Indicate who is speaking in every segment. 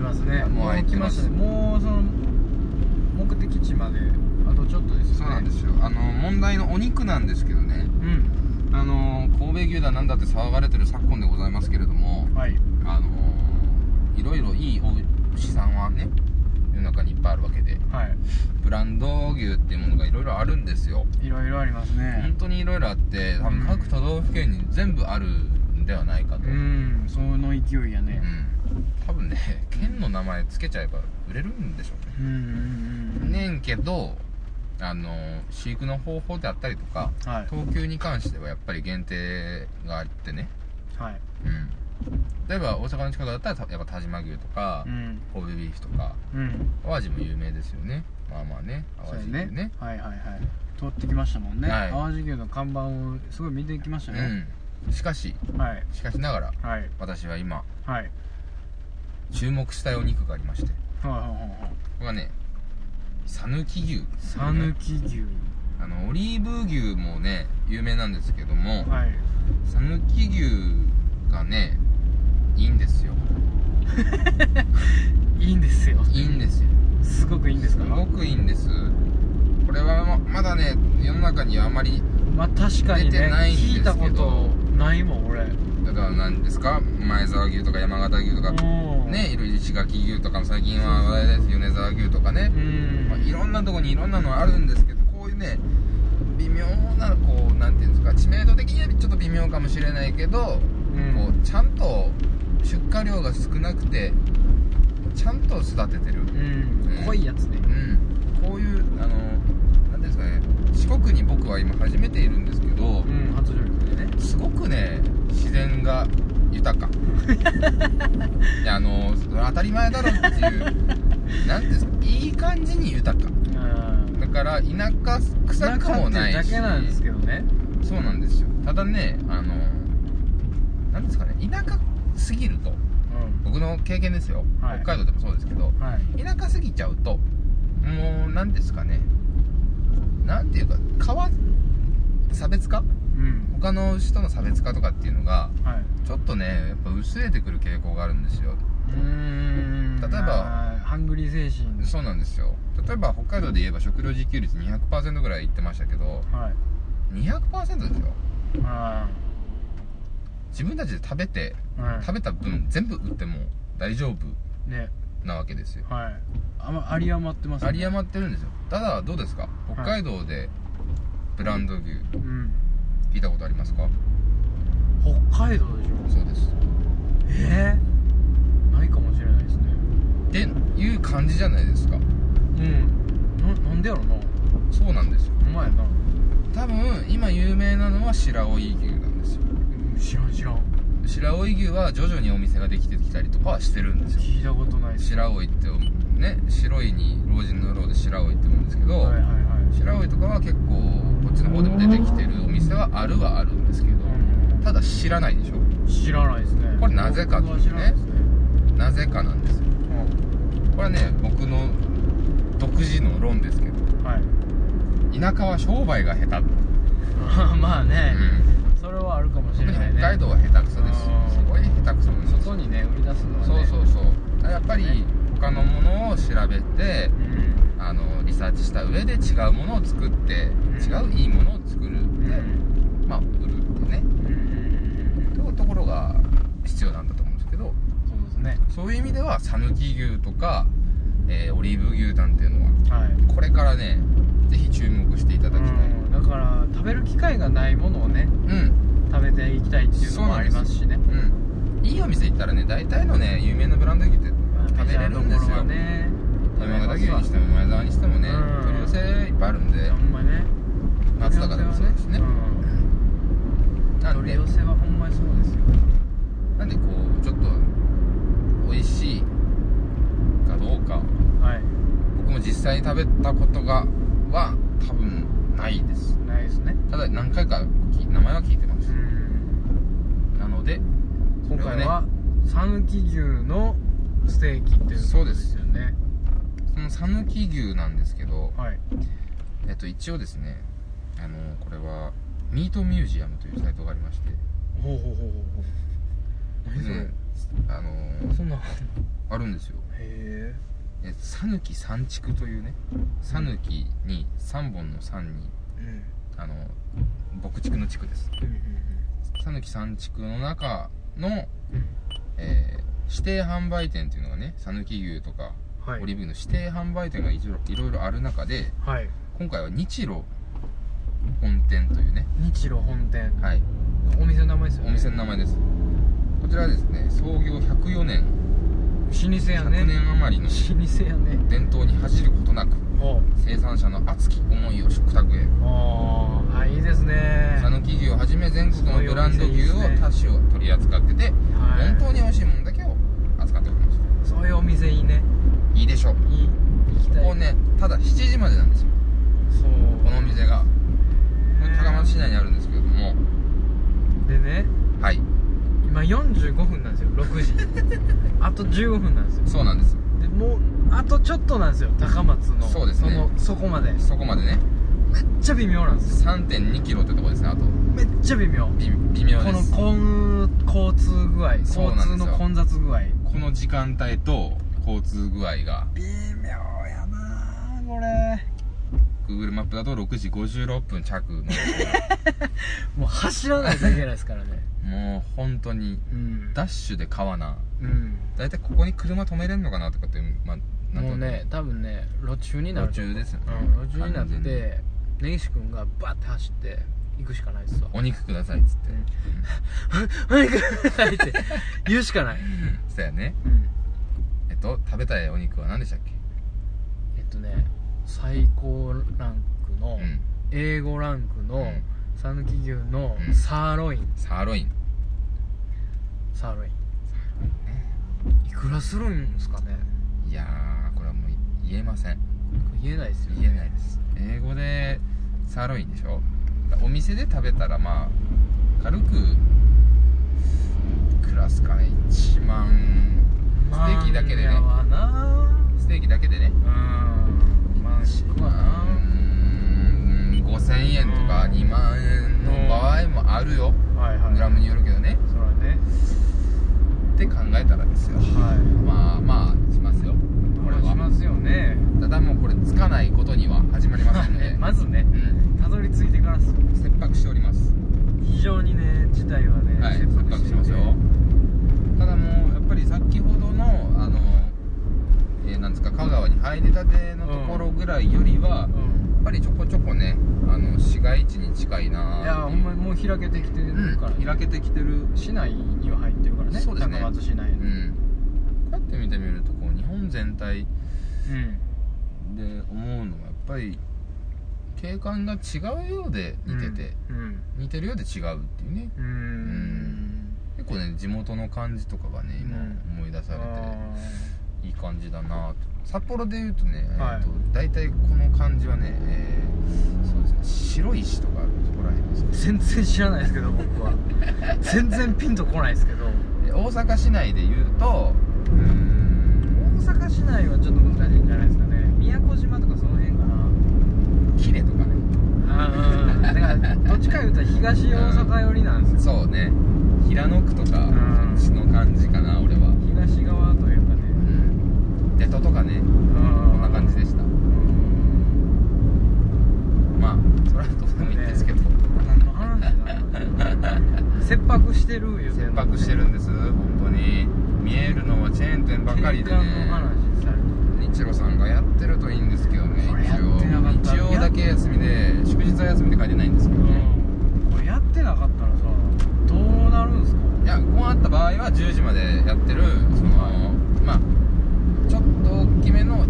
Speaker 1: ますね
Speaker 2: もう
Speaker 1: もう来ましたね
Speaker 2: 行
Speaker 1: もうその目的地まであとちょっとですよね
Speaker 2: そうなんですよあの問題のお肉なんですけどね
Speaker 1: うん
Speaker 2: あの神戸牛だなんだって騒がれてる昨今でございますけれども
Speaker 1: はい
Speaker 2: あのいろいろいいお資産はね世の中にいっぱいあるわけで
Speaker 1: はい
Speaker 2: ブランド牛っていうものがいろいろあるんですよ
Speaker 1: いろいろありますね
Speaker 2: 本当にいろいろあって多
Speaker 1: うん
Speaker 2: 分各都道府県に全部あるんではないかと、
Speaker 1: うんその勢いや
Speaker 2: う
Speaker 1: ね
Speaker 2: ん多分ね県の名前つけちゃえば売れるんでしょうね
Speaker 1: うんうんうん
Speaker 2: ねんけどあの飼育の方法であったりとか
Speaker 1: はい
Speaker 2: 等級に関してはやっぱり限定があってね、
Speaker 1: はい
Speaker 2: うん、例えば大阪の近くだったらたやっぱ田島牛とか
Speaker 1: うん
Speaker 2: 神戸ビーフとか
Speaker 1: うん
Speaker 2: 淡路も有名ですよねまあまあね
Speaker 1: そう
Speaker 2: 淡
Speaker 1: や
Speaker 2: 路牛
Speaker 1: ね
Speaker 2: ね
Speaker 1: はいはいはい通ってきましたもんね、
Speaker 2: はい
Speaker 1: 淡路牛の看板をすごい見てきましたね、
Speaker 2: うんしかし
Speaker 1: はい
Speaker 2: しかしながら
Speaker 1: はい
Speaker 2: 私は今
Speaker 1: はい
Speaker 2: 注目したいお肉がありましてこ
Speaker 1: はいはいはいはい
Speaker 2: れがね讃岐牛
Speaker 1: 讃岐牛
Speaker 2: あのオリーブ牛もね有名なんですけども
Speaker 1: はい
Speaker 2: 讃岐牛がねいいんですよ
Speaker 1: いいんですよ
Speaker 2: いいんですよ
Speaker 1: すごくいいんです
Speaker 2: す
Speaker 1: か
Speaker 2: ごくいいんですこれはままだね世の中にはあまり
Speaker 1: まあ確かにね
Speaker 2: 出てないんです
Speaker 1: 聞
Speaker 2: けど
Speaker 1: いたことないもん俺
Speaker 2: だから何ですか前沢牛とか山形牛とか
Speaker 1: うん
Speaker 2: ねいろいろ石垣牛とかも最近は話題です米沢牛とかね
Speaker 1: う、ん
Speaker 2: まあ、いろんなとこにいろんなのあるんですけどこういうね微妙なこうなんていうんですか知名度的にはちょっと微妙かもしれないけど、
Speaker 1: うん
Speaker 2: こうちゃんと出荷量が少なくてちゃんと育ててる
Speaker 1: うん濃いやつね
Speaker 2: うん、こういうあの何ですかね四国に僕は今初めているんですけど
Speaker 1: うん初上陸でね
Speaker 2: すごくね自然が豊 かいやあのそれ当たり前だろっていう何ですかいい感じに豊か
Speaker 1: うん
Speaker 2: だから田舎臭くもない
Speaker 1: 田舎
Speaker 2: し
Speaker 1: ってだけなんですけどね
Speaker 2: そうなんですよただねあの何ですかね田舎すぎると僕の経験ですよ、
Speaker 1: はい
Speaker 2: 北海道でもそうですけど
Speaker 1: うんはい
Speaker 2: 田舎すぎちゃうともう何ですかねなんていうか川差別化
Speaker 1: うん
Speaker 2: 他の人の差別化とかっていうのが
Speaker 1: はい
Speaker 2: ちょっとねやっぱ薄れてくる傾向があるんですよ
Speaker 1: うーん
Speaker 2: 例えば
Speaker 1: まあハングリー精神
Speaker 2: そうなんですよ例えば北海道で言えば食料自給率200%ぐらいいってましたけど
Speaker 1: はい
Speaker 2: 200%ですよ
Speaker 1: あ
Speaker 2: 自分たちで食べて
Speaker 1: あはい
Speaker 2: 食べた分全部売っても大丈夫
Speaker 1: ね
Speaker 2: なわけですよ
Speaker 1: はいあまあり余ってますね
Speaker 2: 有り余ってるんですよただどうですか北海道でブランド牛
Speaker 1: うん
Speaker 2: 聞いたことありますか
Speaker 1: 北海道でしょ
Speaker 2: そうです
Speaker 1: えー、ないかもしれないですね
Speaker 2: っていう感じじゃないですか
Speaker 1: うんななんでやろな
Speaker 2: そうなんですよ
Speaker 1: お前やな
Speaker 2: 多分今有名なのは白老牛なんですよ
Speaker 1: うん知らん知らん
Speaker 2: 白老牛は徐々にお店ができてきたりとかはしてるんですよ
Speaker 1: 聞いたことないです
Speaker 2: 白老ってね白いに老人の老で白老って思うんですけど、
Speaker 1: はいはいはい
Speaker 2: 白老とかは結構こっちの方でも出てきてるお店はあるはあるんですけど
Speaker 1: うん
Speaker 2: ただ知らないでしょ
Speaker 1: 知らないですね
Speaker 2: これなぜかって
Speaker 1: 僕
Speaker 2: いうね
Speaker 1: は知らないですね
Speaker 2: なぜかなんですよこれはね僕の独自の論ですけど
Speaker 1: うんはい
Speaker 2: 田舎は商売が下手、
Speaker 1: まあ
Speaker 2: う
Speaker 1: ね、
Speaker 2: ん、
Speaker 1: それはあるかもし
Speaker 2: 特
Speaker 1: れ
Speaker 2: に
Speaker 1: ないね
Speaker 2: 北海道は下手くそですよ
Speaker 1: うん
Speaker 2: すごい下手くそなんですよ
Speaker 1: 外にね売り出すのはね
Speaker 2: そうそううそうやっぱり他のものを調べて
Speaker 1: うん
Speaker 2: あのリサーチした上で違うものを作って、
Speaker 1: う
Speaker 2: 違ういいものを作る
Speaker 1: うん
Speaker 2: で、まあ売るってね
Speaker 1: うん
Speaker 2: というところが必要なんだと思うんですけど
Speaker 1: そうですね
Speaker 2: そういう意味では讃岐牛とか、えーオリーブ牛なんていうのは
Speaker 1: はい
Speaker 2: これからねぜひ注目していただきたい
Speaker 1: うんだから食べる機会がないものをね
Speaker 2: うん
Speaker 1: 食べていきたいっていうのもありますしね
Speaker 2: うんいいお店行ったらね大体のね有名なブランド牛って
Speaker 1: まあ
Speaker 2: 食べれるんですよ
Speaker 1: メジャーどころはね
Speaker 2: 山形牛にしても前沢にしてもね
Speaker 1: うん
Speaker 2: 取り寄せいっぱいあるんで
Speaker 1: ほんまね
Speaker 2: 夏だからもそうですしね、
Speaker 1: うん
Speaker 2: な
Speaker 1: 取
Speaker 2: ん
Speaker 1: り
Speaker 2: で
Speaker 1: 寄せはほんまにそうですよ
Speaker 2: なんでこうちょっと美味しいかどうか
Speaker 1: はい
Speaker 2: 僕も実際に食べたことがは多分ないです
Speaker 1: ないですね
Speaker 2: ただ何回か聞い名前は聞いてま
Speaker 1: う
Speaker 2: す、
Speaker 1: ん
Speaker 2: なので
Speaker 1: 今
Speaker 2: そ
Speaker 1: 回
Speaker 2: れ
Speaker 1: は讃岐牛のステーキっていうことですよね
Speaker 2: その讃岐牛なんですけど、
Speaker 1: はい
Speaker 2: えっと、一応ですねあのこれはミートミュージアムというサイトがありまして
Speaker 1: ほうほうほうほうほう何それ、
Speaker 2: うんあの
Speaker 1: そんなん
Speaker 2: あるんですよ
Speaker 1: へへ
Speaker 2: え讃岐三畜というね讃岐に3本の山に
Speaker 1: えうん
Speaker 2: あの牧畜の地区です
Speaker 1: うんうん
Speaker 2: 讃岐三畜の中の、
Speaker 1: うんうん
Speaker 2: えー指定販売店っていうのがね讃岐牛とか
Speaker 1: はい
Speaker 2: オリーブ牛の指定販売店がいろいろいろある中で
Speaker 1: はい
Speaker 2: 今回は日露本店というね、
Speaker 1: 日露本店
Speaker 2: はい、
Speaker 1: お店の名前ですよね
Speaker 2: お店の名前ですこちらはですね創業104年
Speaker 1: 老舗や
Speaker 2: 100
Speaker 1: ね
Speaker 2: 年余りの
Speaker 1: 老舗やね
Speaker 2: 伝統に恥じることなく
Speaker 1: ほう
Speaker 2: 生産者の熱き思いを食卓へ
Speaker 1: あーあいいですね
Speaker 2: 讃岐牛をはじめ全国のブランド牛を多種を取り扱ってて
Speaker 1: はい
Speaker 2: 本当に美味しいものだけを扱っております
Speaker 1: そういうお店いいね
Speaker 2: いいでしょう
Speaker 1: いい行きたい
Speaker 2: ここねただ7時までなんですよ
Speaker 1: そう
Speaker 2: このお店がこれ高松市
Speaker 1: 内
Speaker 2: 内にあるんですけれども
Speaker 1: でね
Speaker 2: はい
Speaker 1: 今45分なんですよ6時 あと15分なんですよ
Speaker 2: そうなんです
Speaker 1: でもうあとちょっとなんですよ高松の
Speaker 2: そうですね
Speaker 1: そのそこまでめっ
Speaker 2: そこまでね
Speaker 1: ちゃ微妙なんですよ
Speaker 2: 3 2キロってとこですねあと
Speaker 1: めっちゃ微妙
Speaker 2: び微妙
Speaker 1: こ
Speaker 2: で
Speaker 1: の
Speaker 2: す
Speaker 1: 混交通具合
Speaker 2: そうなん
Speaker 1: 交
Speaker 2: ですよ
Speaker 1: 通の混雑具合
Speaker 2: この時間帯と交通具合が
Speaker 1: 微妙やなこれ
Speaker 2: Google マップだと6時56分着の
Speaker 1: もう走らないといけないですからね
Speaker 2: も う本当に
Speaker 1: うん
Speaker 2: ダッシュで買わな
Speaker 1: うん
Speaker 2: 大体ここに車止めれんのかなとかってまあなんと
Speaker 1: もう
Speaker 2: なく
Speaker 1: ね多分ね路中になる
Speaker 2: 路中ですよね
Speaker 1: うん路中になっ
Speaker 2: 完全
Speaker 1: て根岸君がバッて走って行くしかないっすわ
Speaker 2: お肉くださいっつって
Speaker 1: うん「 はい行く!」って言うしかない、
Speaker 2: そうやねえっと食べたいお肉は何でしたっけ
Speaker 1: えっとね最高ランクの、
Speaker 2: うん
Speaker 1: 英語ランク
Speaker 2: う
Speaker 1: の
Speaker 2: ん
Speaker 1: 讃岐牛の
Speaker 2: うん
Speaker 1: サーロイン、
Speaker 2: サーロイン
Speaker 1: サーロインいくらするんすかね
Speaker 2: いやーこれはもう言えません
Speaker 1: これ言えないですよ、ね、
Speaker 2: 言えないです英語でサーロインでしょお店で食べたらまあ軽くクラスかね1万ステーキだけでね
Speaker 1: まあやわな
Speaker 2: ステーキだけでね
Speaker 1: うんまあしくはな
Speaker 2: うーん5000円とか2万円の場合もあるよ
Speaker 1: はいはい
Speaker 2: グラムによるけどね
Speaker 1: それはね
Speaker 2: って考えたらですよ
Speaker 1: は
Speaker 2: まあまあしますよ
Speaker 1: い
Speaker 2: こ
Speaker 1: こ
Speaker 2: れ
Speaker 1: れはし
Speaker 2: は
Speaker 1: ますよね
Speaker 2: ただもうこれつかないことには始まりませんの で、
Speaker 1: まずね
Speaker 2: うん
Speaker 1: たどり着いてからっす
Speaker 2: 切迫しております
Speaker 1: 非常にね事態はね、
Speaker 2: はい切迫してますよただもうやっぱり先ほどのあの、えーなんですか香川に入りたてのところぐらいよりは、
Speaker 1: う
Speaker 2: や
Speaker 1: ん
Speaker 2: っぱりちょこちょこねあの市街地に近い
Speaker 1: いや
Speaker 2: なーって
Speaker 1: ほ
Speaker 2: いうん
Speaker 1: まにもう開けてきてるから、
Speaker 2: うん開けてきてる
Speaker 1: 市内には入ってるからね
Speaker 2: そうですね
Speaker 1: 高松市
Speaker 2: うん
Speaker 1: 内の
Speaker 2: こうやって見てみるとこう日本全体
Speaker 1: うん
Speaker 2: で思うのはやっぱり景観が違うようで似てて、
Speaker 1: うん
Speaker 2: 似てるようで違うっていうね
Speaker 1: うんうん
Speaker 2: 結構ね地元の感じとかがね今
Speaker 1: うん
Speaker 2: 思い出されて
Speaker 1: あ
Speaker 2: いい感じだなと札幌でいうとね、
Speaker 1: はい
Speaker 2: えっと大体この感じはね、えーそうですね白石とかそこら辺ですね
Speaker 1: ー全然知らないですけど僕は 全然ピンとこないですけど
Speaker 2: で大阪市内でいうとうーん
Speaker 1: 大阪市内はちょっと難しいんじゃないですかね宮古島とかその辺かな
Speaker 2: キレとかね
Speaker 1: うんだからどっちか言うたら東大阪寄りなんですよ、
Speaker 2: そうね平野区とか
Speaker 1: うん
Speaker 2: そっちの感じかな俺は
Speaker 1: 東側というかね
Speaker 2: うんデトとかね
Speaker 1: こ
Speaker 2: こんな感じでした
Speaker 1: うん
Speaker 2: まあそれはどうでもいいんですけど
Speaker 1: 何の話なの切迫してる言うて
Speaker 2: 切
Speaker 1: んの
Speaker 2: 迫してるんです本当に見えるのはチェーン店ばかりでね
Speaker 1: 転換の話されて
Speaker 2: 日露さんがやってるといいんですけどね
Speaker 1: これや
Speaker 2: 一
Speaker 1: ってなかっ
Speaker 2: 応
Speaker 1: た
Speaker 2: 日曜だけ休みで祝日は休みで書いてないんですけどね
Speaker 1: これやってなかったらさどうなるんすか
Speaker 2: いやこうあった場合は10時までやってるその、まあちょっと大きめの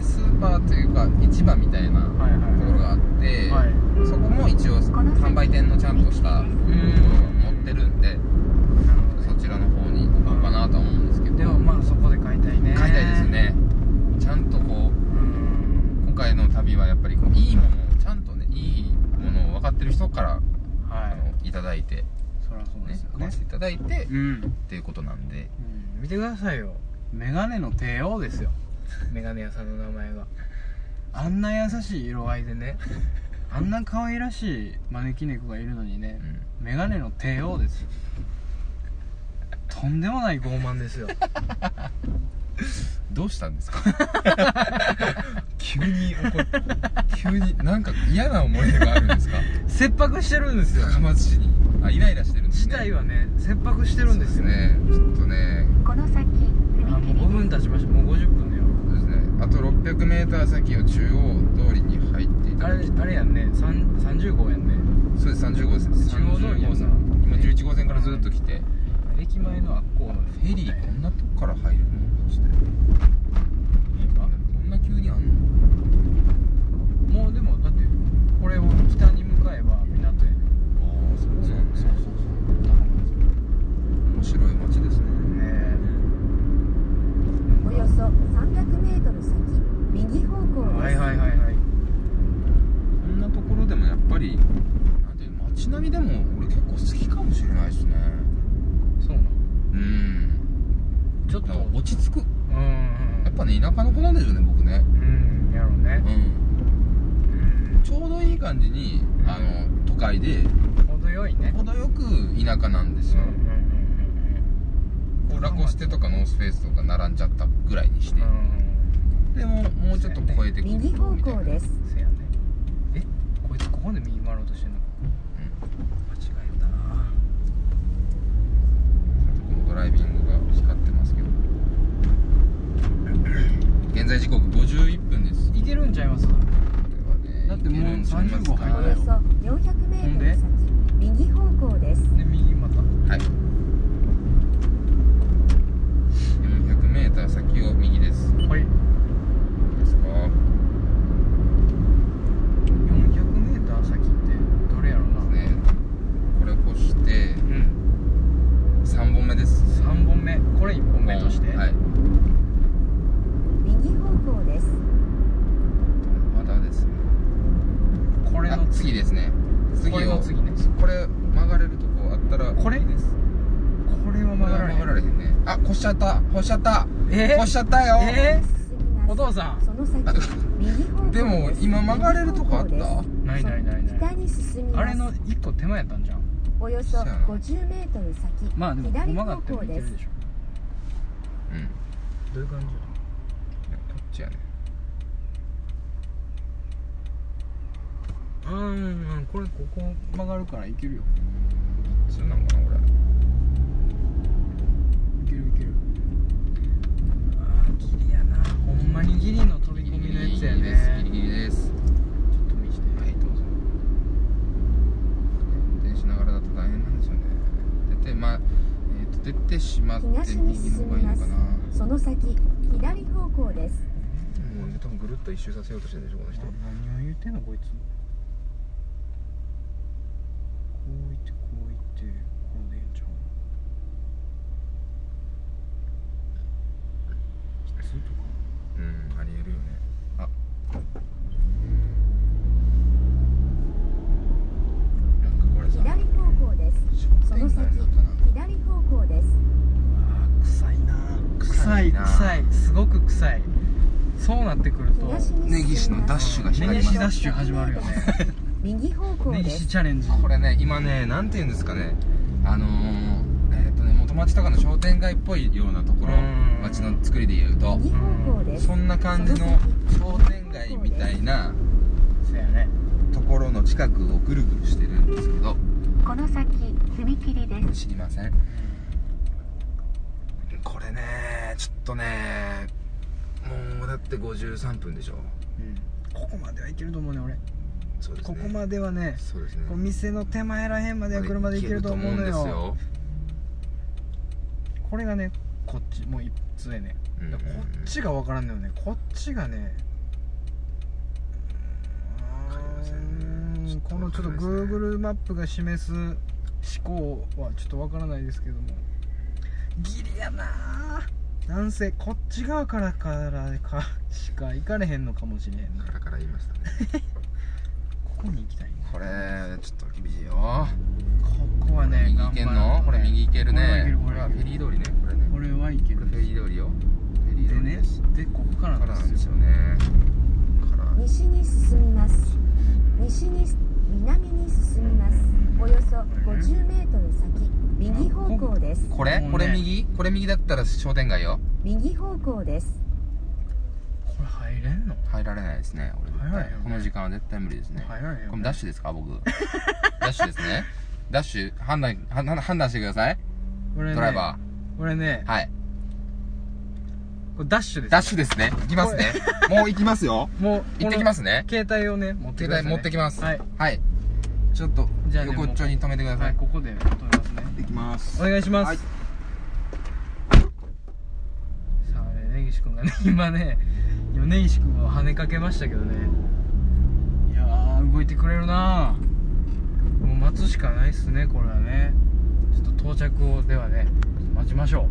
Speaker 2: スーパーというか市場みたいなとこ
Speaker 1: はいはいはい
Speaker 2: ろがあって、
Speaker 1: はい
Speaker 2: そこも一応販売店のちゃんとした
Speaker 1: ん
Speaker 2: 持ってるんで
Speaker 1: なるほど
Speaker 2: そちらの方に行こうかなとは思うんですけど
Speaker 1: でもまあそこで買いたいね
Speaker 2: 買いたいですねちゃんとこ
Speaker 1: う
Speaker 2: うん今回の旅はやっぱりこういいものをちゃんとねいいものを分かってる人から
Speaker 1: は
Speaker 2: あの
Speaker 1: い
Speaker 2: いただいて
Speaker 1: そりゃそうで
Speaker 2: ね
Speaker 1: すよ
Speaker 2: 買
Speaker 1: ね
Speaker 2: わせていただいて
Speaker 1: うん
Speaker 2: っていうことなんで
Speaker 1: うん見てくださいよメガネの帝王ですよ メガネ屋さんの名前があんな優しい色合いでね あんな可愛らしい招き猫がいるのにね、メガネの帝 王ですよとんでもない傲慢ですよ
Speaker 2: どうしたんですか 急に怒っ急になんか嫌な思い出があるんです か
Speaker 1: 切迫してるんですよ
Speaker 2: 高松市にあイライラしてるんです
Speaker 1: 事
Speaker 2: ね
Speaker 1: 態
Speaker 2: は
Speaker 1: はね切迫してるんですよ
Speaker 2: ねちょっとね
Speaker 3: この先
Speaker 1: あ
Speaker 3: 踏
Speaker 1: もう5分
Speaker 3: 切で
Speaker 1: 経ちましたもう50分だよ
Speaker 2: そうですねあと 600m 先を中央通りに入っていた
Speaker 1: あ
Speaker 2: だ
Speaker 1: れ
Speaker 2: き
Speaker 1: あれやんね三30号やんね
Speaker 2: そうです30号です
Speaker 1: 中央通り
Speaker 2: 30号線今11号線からずっと来て
Speaker 1: 駅前のあっこうの
Speaker 2: フェリーこんなとこから入るのマジでこんな急にあんの
Speaker 1: もうでもだってこれを北に向かえば港やね
Speaker 2: ああそうなんですね面白い街ですね
Speaker 1: ね
Speaker 3: およそ 300m 先右方向
Speaker 1: は
Speaker 3: で
Speaker 1: いはい
Speaker 3: す
Speaker 1: はいはい
Speaker 2: こんなところでもやっぱりなんていうの街並みでも俺結構好きかもしれないですね
Speaker 1: そうなの
Speaker 2: うん
Speaker 1: ちょっと
Speaker 2: なんか落ち着く
Speaker 1: うんうん
Speaker 2: やっぱね田舎の子なんでしょうね僕ね
Speaker 1: うんやろうね
Speaker 2: うん
Speaker 1: うん
Speaker 2: ちょうどいい感じにあの都会で
Speaker 1: 程よいね
Speaker 2: 程よく田舎なんです
Speaker 1: うん
Speaker 2: よ
Speaker 1: うんうん
Speaker 2: こうラコステとかノースフェイスとか並んじゃったぐらいにして
Speaker 1: うんうん
Speaker 2: でももうちょっと超えてくる
Speaker 3: 右方
Speaker 2: みたいな
Speaker 3: 向です
Speaker 1: せやねえこいつここで右回ろうとしてんの間違えたな
Speaker 2: このドライビングが光ってますけど現在時刻51分です
Speaker 1: いけるんちゃいます
Speaker 2: これはね
Speaker 1: だってもう
Speaker 2: いけるんちゃいますか
Speaker 1: 35入
Speaker 3: およそ 400m 先右方向です
Speaker 1: で右また
Speaker 2: はい 400m 先を右です
Speaker 1: はい
Speaker 2: ですか
Speaker 1: 400m 先ってどれやろうな
Speaker 2: ねこれ越して
Speaker 1: うん
Speaker 2: 3本目です
Speaker 1: 3本目これ1本目として
Speaker 2: はい
Speaker 3: 右方向です
Speaker 2: まだですね
Speaker 1: これ
Speaker 2: あ
Speaker 1: の
Speaker 2: 次ですね次を
Speaker 1: これの次ね
Speaker 2: これ曲がれるとこあったら
Speaker 1: これ
Speaker 2: です
Speaker 1: これは
Speaker 2: こ
Speaker 1: 曲
Speaker 2: れ
Speaker 1: が
Speaker 2: は曲が
Speaker 1: られ
Speaker 2: られへんねあ越しちゃった越しちゃった
Speaker 1: え
Speaker 2: 越しちゃったよ
Speaker 1: え
Speaker 3: 進みます
Speaker 1: お父さん
Speaker 3: その先右方向
Speaker 2: でも
Speaker 3: す
Speaker 2: 今曲がれるとこあった
Speaker 3: 右方向です
Speaker 1: ないないないない
Speaker 3: 北に進みます
Speaker 1: あれの1個手前やったんじゃん
Speaker 3: およそ 50m 先
Speaker 1: まあでもここ
Speaker 3: 左
Speaker 1: 曲が
Speaker 3: 方
Speaker 1: っても
Speaker 3: 向
Speaker 1: いけ
Speaker 3: です
Speaker 1: るでしょ
Speaker 2: うんいや
Speaker 1: どういう感じや
Speaker 2: こっちやね
Speaker 1: うんうんこれここ曲がるからいけるよ
Speaker 2: そうなんかなこれ
Speaker 1: いけるいけるああギリやなほんまにギリの飛び込みのやつやね
Speaker 2: ギリギリです
Speaker 1: ちょっと見して
Speaker 2: はいどうぞ運転しながらだと大変なんですよね出てまあえーと出てしまって
Speaker 3: 東に
Speaker 2: 右の
Speaker 3: 進
Speaker 2: 方が
Speaker 3: み
Speaker 2: いいの
Speaker 3: ま
Speaker 2: か
Speaker 3: す
Speaker 2: な
Speaker 3: その先左方向です
Speaker 2: もう多分ぐるっと一周させようとしてるんでしょこの人
Speaker 1: 何を言ってんのこいつこういってこういってこうでええんちゃうきついとか
Speaker 2: うんありえるよねあなんかこれさ
Speaker 3: 左方向です
Speaker 2: 商
Speaker 3: その
Speaker 2: 店
Speaker 3: 先
Speaker 2: 街の歌なの
Speaker 3: 左方向です
Speaker 1: あー臭いな
Speaker 2: 臭いな
Speaker 1: 臭いすごく臭いそうなってくると
Speaker 3: 東に
Speaker 2: 根岸のダッシュが
Speaker 1: 根
Speaker 2: 光ります
Speaker 1: 岸ダッシュ始まる よね
Speaker 3: 右方向
Speaker 1: 根
Speaker 3: です
Speaker 1: 岸チャレンジ
Speaker 2: これね今ねなんて言うんですかねあのー、えっ、とね元町とかの商店街っぽいようなところ
Speaker 1: うん
Speaker 2: 町の作りで言うと
Speaker 3: 右方向です
Speaker 2: そんな感じの商店街みたいな
Speaker 1: そうやね
Speaker 2: ところの近くをぐるぐるしてるんですけど
Speaker 3: この先踏切で
Speaker 2: 知りませんこれねちょっとねもうだって53分でしょ
Speaker 1: うんここまではいけると思うね俺
Speaker 2: そうです
Speaker 1: こ
Speaker 2: ね
Speaker 1: こまではね
Speaker 2: そうですね
Speaker 1: こう店の手前らへんまでは車で行けると思うの
Speaker 2: いけると思
Speaker 1: よ
Speaker 2: うんで
Speaker 1: これがねこっちもう一つやね
Speaker 2: すよ
Speaker 1: だからこっちが分からんのよねこっちがね
Speaker 2: わかりませんね
Speaker 1: うーんこのちょっ
Speaker 2: ち
Speaker 1: と
Speaker 2: ょっとわかんないですね
Speaker 1: Google マップが示す思考はちょっと分からないですけどもギリやなぁなんせこっち側からからかしか行かれへんのかもしれへんね
Speaker 2: だからから言いましたね
Speaker 1: ここに行きたいね
Speaker 2: これちょっと厳しいよ
Speaker 1: ここはね
Speaker 2: 右行けんのこれ右行ける
Speaker 1: これはいけ
Speaker 2: ね
Speaker 1: るこれは
Speaker 2: フェリー通りねこれね
Speaker 1: これはいけ
Speaker 2: こ
Speaker 1: る
Speaker 2: れフェリー通りよフェリー
Speaker 1: で
Speaker 2: 通り
Speaker 1: ね
Speaker 2: です
Speaker 1: でここから
Speaker 2: か
Speaker 1: な
Speaker 2: ら
Speaker 1: ん
Speaker 2: な
Speaker 1: で
Speaker 2: んですす
Speaker 1: よ
Speaker 2: よねから
Speaker 3: 西に進みます西に南に進みますおよそ50メートル先右方向です
Speaker 2: これ、
Speaker 1: もうね
Speaker 2: これ右これ右だったら商店街よ
Speaker 3: 右方向です
Speaker 1: これ入れんの
Speaker 2: 入られないですね俺絶対
Speaker 1: 入らないよね
Speaker 2: この時間は絶対無理ですね
Speaker 1: 入らないよね
Speaker 2: これダッシュですか僕ダッシュですねダッシュ判断判断判断してください
Speaker 1: 俺ね
Speaker 2: ドライバ
Speaker 1: 俺ね
Speaker 2: ーはい
Speaker 1: これダッシュです
Speaker 2: ダッシュですね行きますねもう行きますよ
Speaker 1: もう
Speaker 2: 行ってきますね
Speaker 1: この携帯をね持って
Speaker 2: 携
Speaker 1: ください
Speaker 2: 帯
Speaker 1: ね
Speaker 2: 持ってきます
Speaker 1: はい、
Speaker 2: はい、ちょっと
Speaker 1: じゃあね
Speaker 2: 横っちょに止めてくださ
Speaker 1: はいい、ここで撮りますね
Speaker 2: 行きます
Speaker 1: お願いします、
Speaker 2: はい
Speaker 1: さあね根岸君がね 今ね今根岸君が跳ねかけましたけどねいやー動いてくれるなーもう待つしかないっすねこれはねちょっと到着をではね待ちましょ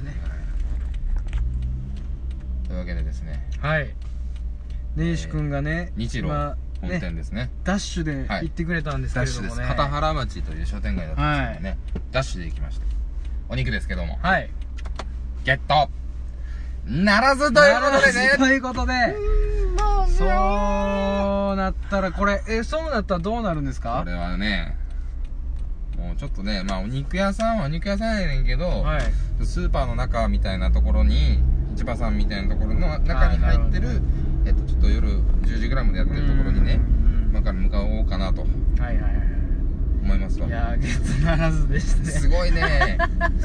Speaker 1: うね
Speaker 2: というわけでですね
Speaker 1: はい根岸君がね
Speaker 2: 日露
Speaker 1: 今
Speaker 2: 本
Speaker 1: ね
Speaker 2: 店ですね
Speaker 1: ダッシュで
Speaker 2: はい
Speaker 1: 行ってくれたんですけ
Speaker 2: ダッ
Speaker 1: れ
Speaker 2: シュ
Speaker 1: ど
Speaker 2: で
Speaker 1: も
Speaker 2: す
Speaker 1: ね、
Speaker 2: 片原町という商店街だったんですけどね、ダッシュで行きましたお肉ですけども
Speaker 1: はい
Speaker 2: ゲットならずということで
Speaker 1: と
Speaker 2: ね
Speaker 1: いうことでそうなったらこれえそうなったらどうなるんですか
Speaker 2: これはねもうちょっとねまあお肉屋さんはお肉屋さんやねんけど、
Speaker 1: はい
Speaker 2: スーパーの中みたいなところに市場さんみたいなところの中に入ってる
Speaker 1: あーなる
Speaker 2: えっとちょっと夜10時ぐらいまでやってるところにね
Speaker 1: うん
Speaker 2: 今から向かおうかなと
Speaker 1: はいはいはい
Speaker 2: 思いますわ
Speaker 1: いやーゲットならずでしたね
Speaker 2: すごいね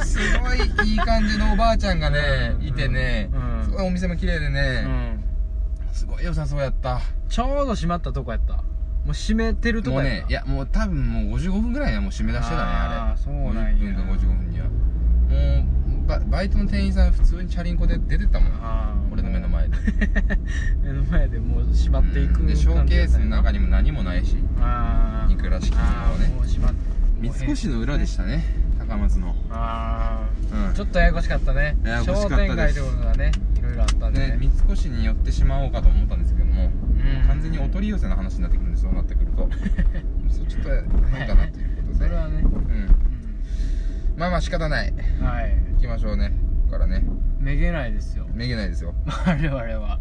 Speaker 2: すごいいい感じのおばあちゃんがね
Speaker 1: うん
Speaker 2: いてね、
Speaker 1: うん
Speaker 2: すごいお店も綺麗で
Speaker 1: う
Speaker 2: ね、
Speaker 1: ん、
Speaker 2: すごい良さそうやった
Speaker 1: ちょうど閉まったとこやったもう閉めてると
Speaker 2: も
Speaker 1: こ
Speaker 2: う
Speaker 1: やっ
Speaker 2: ね
Speaker 1: た
Speaker 2: いやもう多分もう55分ぐらいはもう締め出してたねあ
Speaker 1: あー
Speaker 2: れ
Speaker 1: そうなんや
Speaker 2: 50分か55分にはもうババイトの店員さん普通にチャリンコで出てったもん
Speaker 1: あー
Speaker 2: 俺の目の前で
Speaker 1: 目の前でもう閉まっていく
Speaker 2: うんでショーケースの中
Speaker 1: に
Speaker 2: にも何もないし
Speaker 1: あー
Speaker 2: いくらしきもの
Speaker 1: あ
Speaker 2: ね
Speaker 1: ーもう閉まって
Speaker 2: 三越の裏でしたね高松の
Speaker 1: ああ、
Speaker 2: うん
Speaker 1: ちょっとややこしかったね
Speaker 2: ややこしかったです
Speaker 1: 商店街ってことがねいろいろあったんでね
Speaker 2: ね三越に寄ってしまおうかと思ったんですけども、
Speaker 1: ん
Speaker 2: 完全にお取り寄せの話になってくるんでそうなってくる とそうちょっと変かなということで
Speaker 1: それはね、
Speaker 2: うんまあまあ仕方ない
Speaker 1: うん、はい
Speaker 2: 行きましょうねここからね
Speaker 1: めげないですよ
Speaker 2: めげないですよ
Speaker 1: 我々は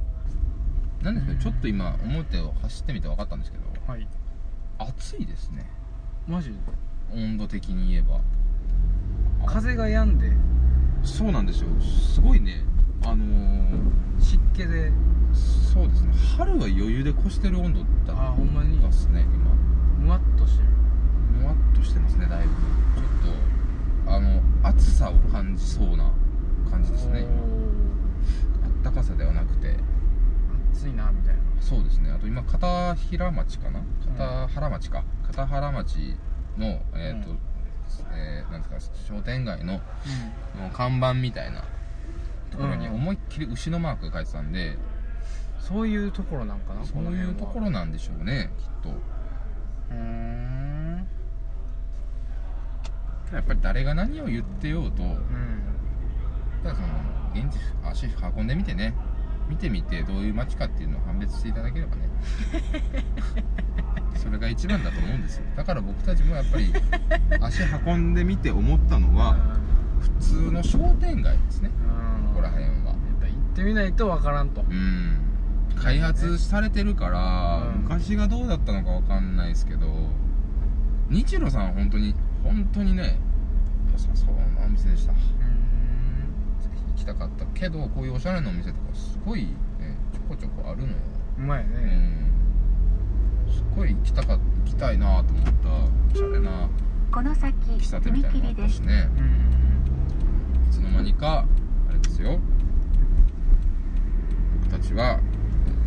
Speaker 2: なんですけどちょっと今表を走ってみて分かったんですけど
Speaker 1: はい
Speaker 2: 暑いですね
Speaker 1: マジ
Speaker 2: 温度的に言えば
Speaker 1: 風が止んで
Speaker 2: そうなんですよすごいねあのー、
Speaker 1: 湿気で
Speaker 2: そうですね春は余裕で越してる温度だ
Speaker 1: あほんまに
Speaker 2: ですね今
Speaker 1: むわっとしてる
Speaker 2: もわっとしてますねだいぶちょっとあの暑さを感じそうな感じですねあったかさではなくて
Speaker 1: 暑いなみたいな
Speaker 2: そうですねあと今片平町かな片原町か、片原町のえっ、と、
Speaker 1: うん
Speaker 2: えーなんですか商店街のの看板みたいなところに
Speaker 1: うん
Speaker 2: 思いっきり牛のマークが書いてたんで、
Speaker 1: そういうところなんかな
Speaker 2: そういうところなんでしょうねきっ
Speaker 1: うーん
Speaker 2: とやっぱり誰が何を言ってようと
Speaker 1: うん
Speaker 2: ただその現地足運んでみてね見てみてどういう街かっていうのを判別していただければ ねそれが一番だと思うんですよだから僕たちもやっぱり足運んでみて思ったのは普通の商店街ですね
Speaker 1: うん
Speaker 2: ここら辺は
Speaker 1: やっぱ行ってみないとわからんと
Speaker 2: うん開発されてるから、
Speaker 1: うん
Speaker 2: 昔がどうだったのかわかんないですけど日露さんは本当に本当にね良さそうなお店でした
Speaker 1: うん
Speaker 2: ぜひ行きたかったけどこういうおしゃれなお店とかすごい、ね、ちょこちょこあるのよ、
Speaker 1: うまいね、
Speaker 2: うんすごい行きたか行きたいなと思ったおしゃれな
Speaker 3: この先
Speaker 2: 喫茶店みたいなのもあったしね
Speaker 1: うん
Speaker 2: いつの間にかあれですよ僕たちはヘ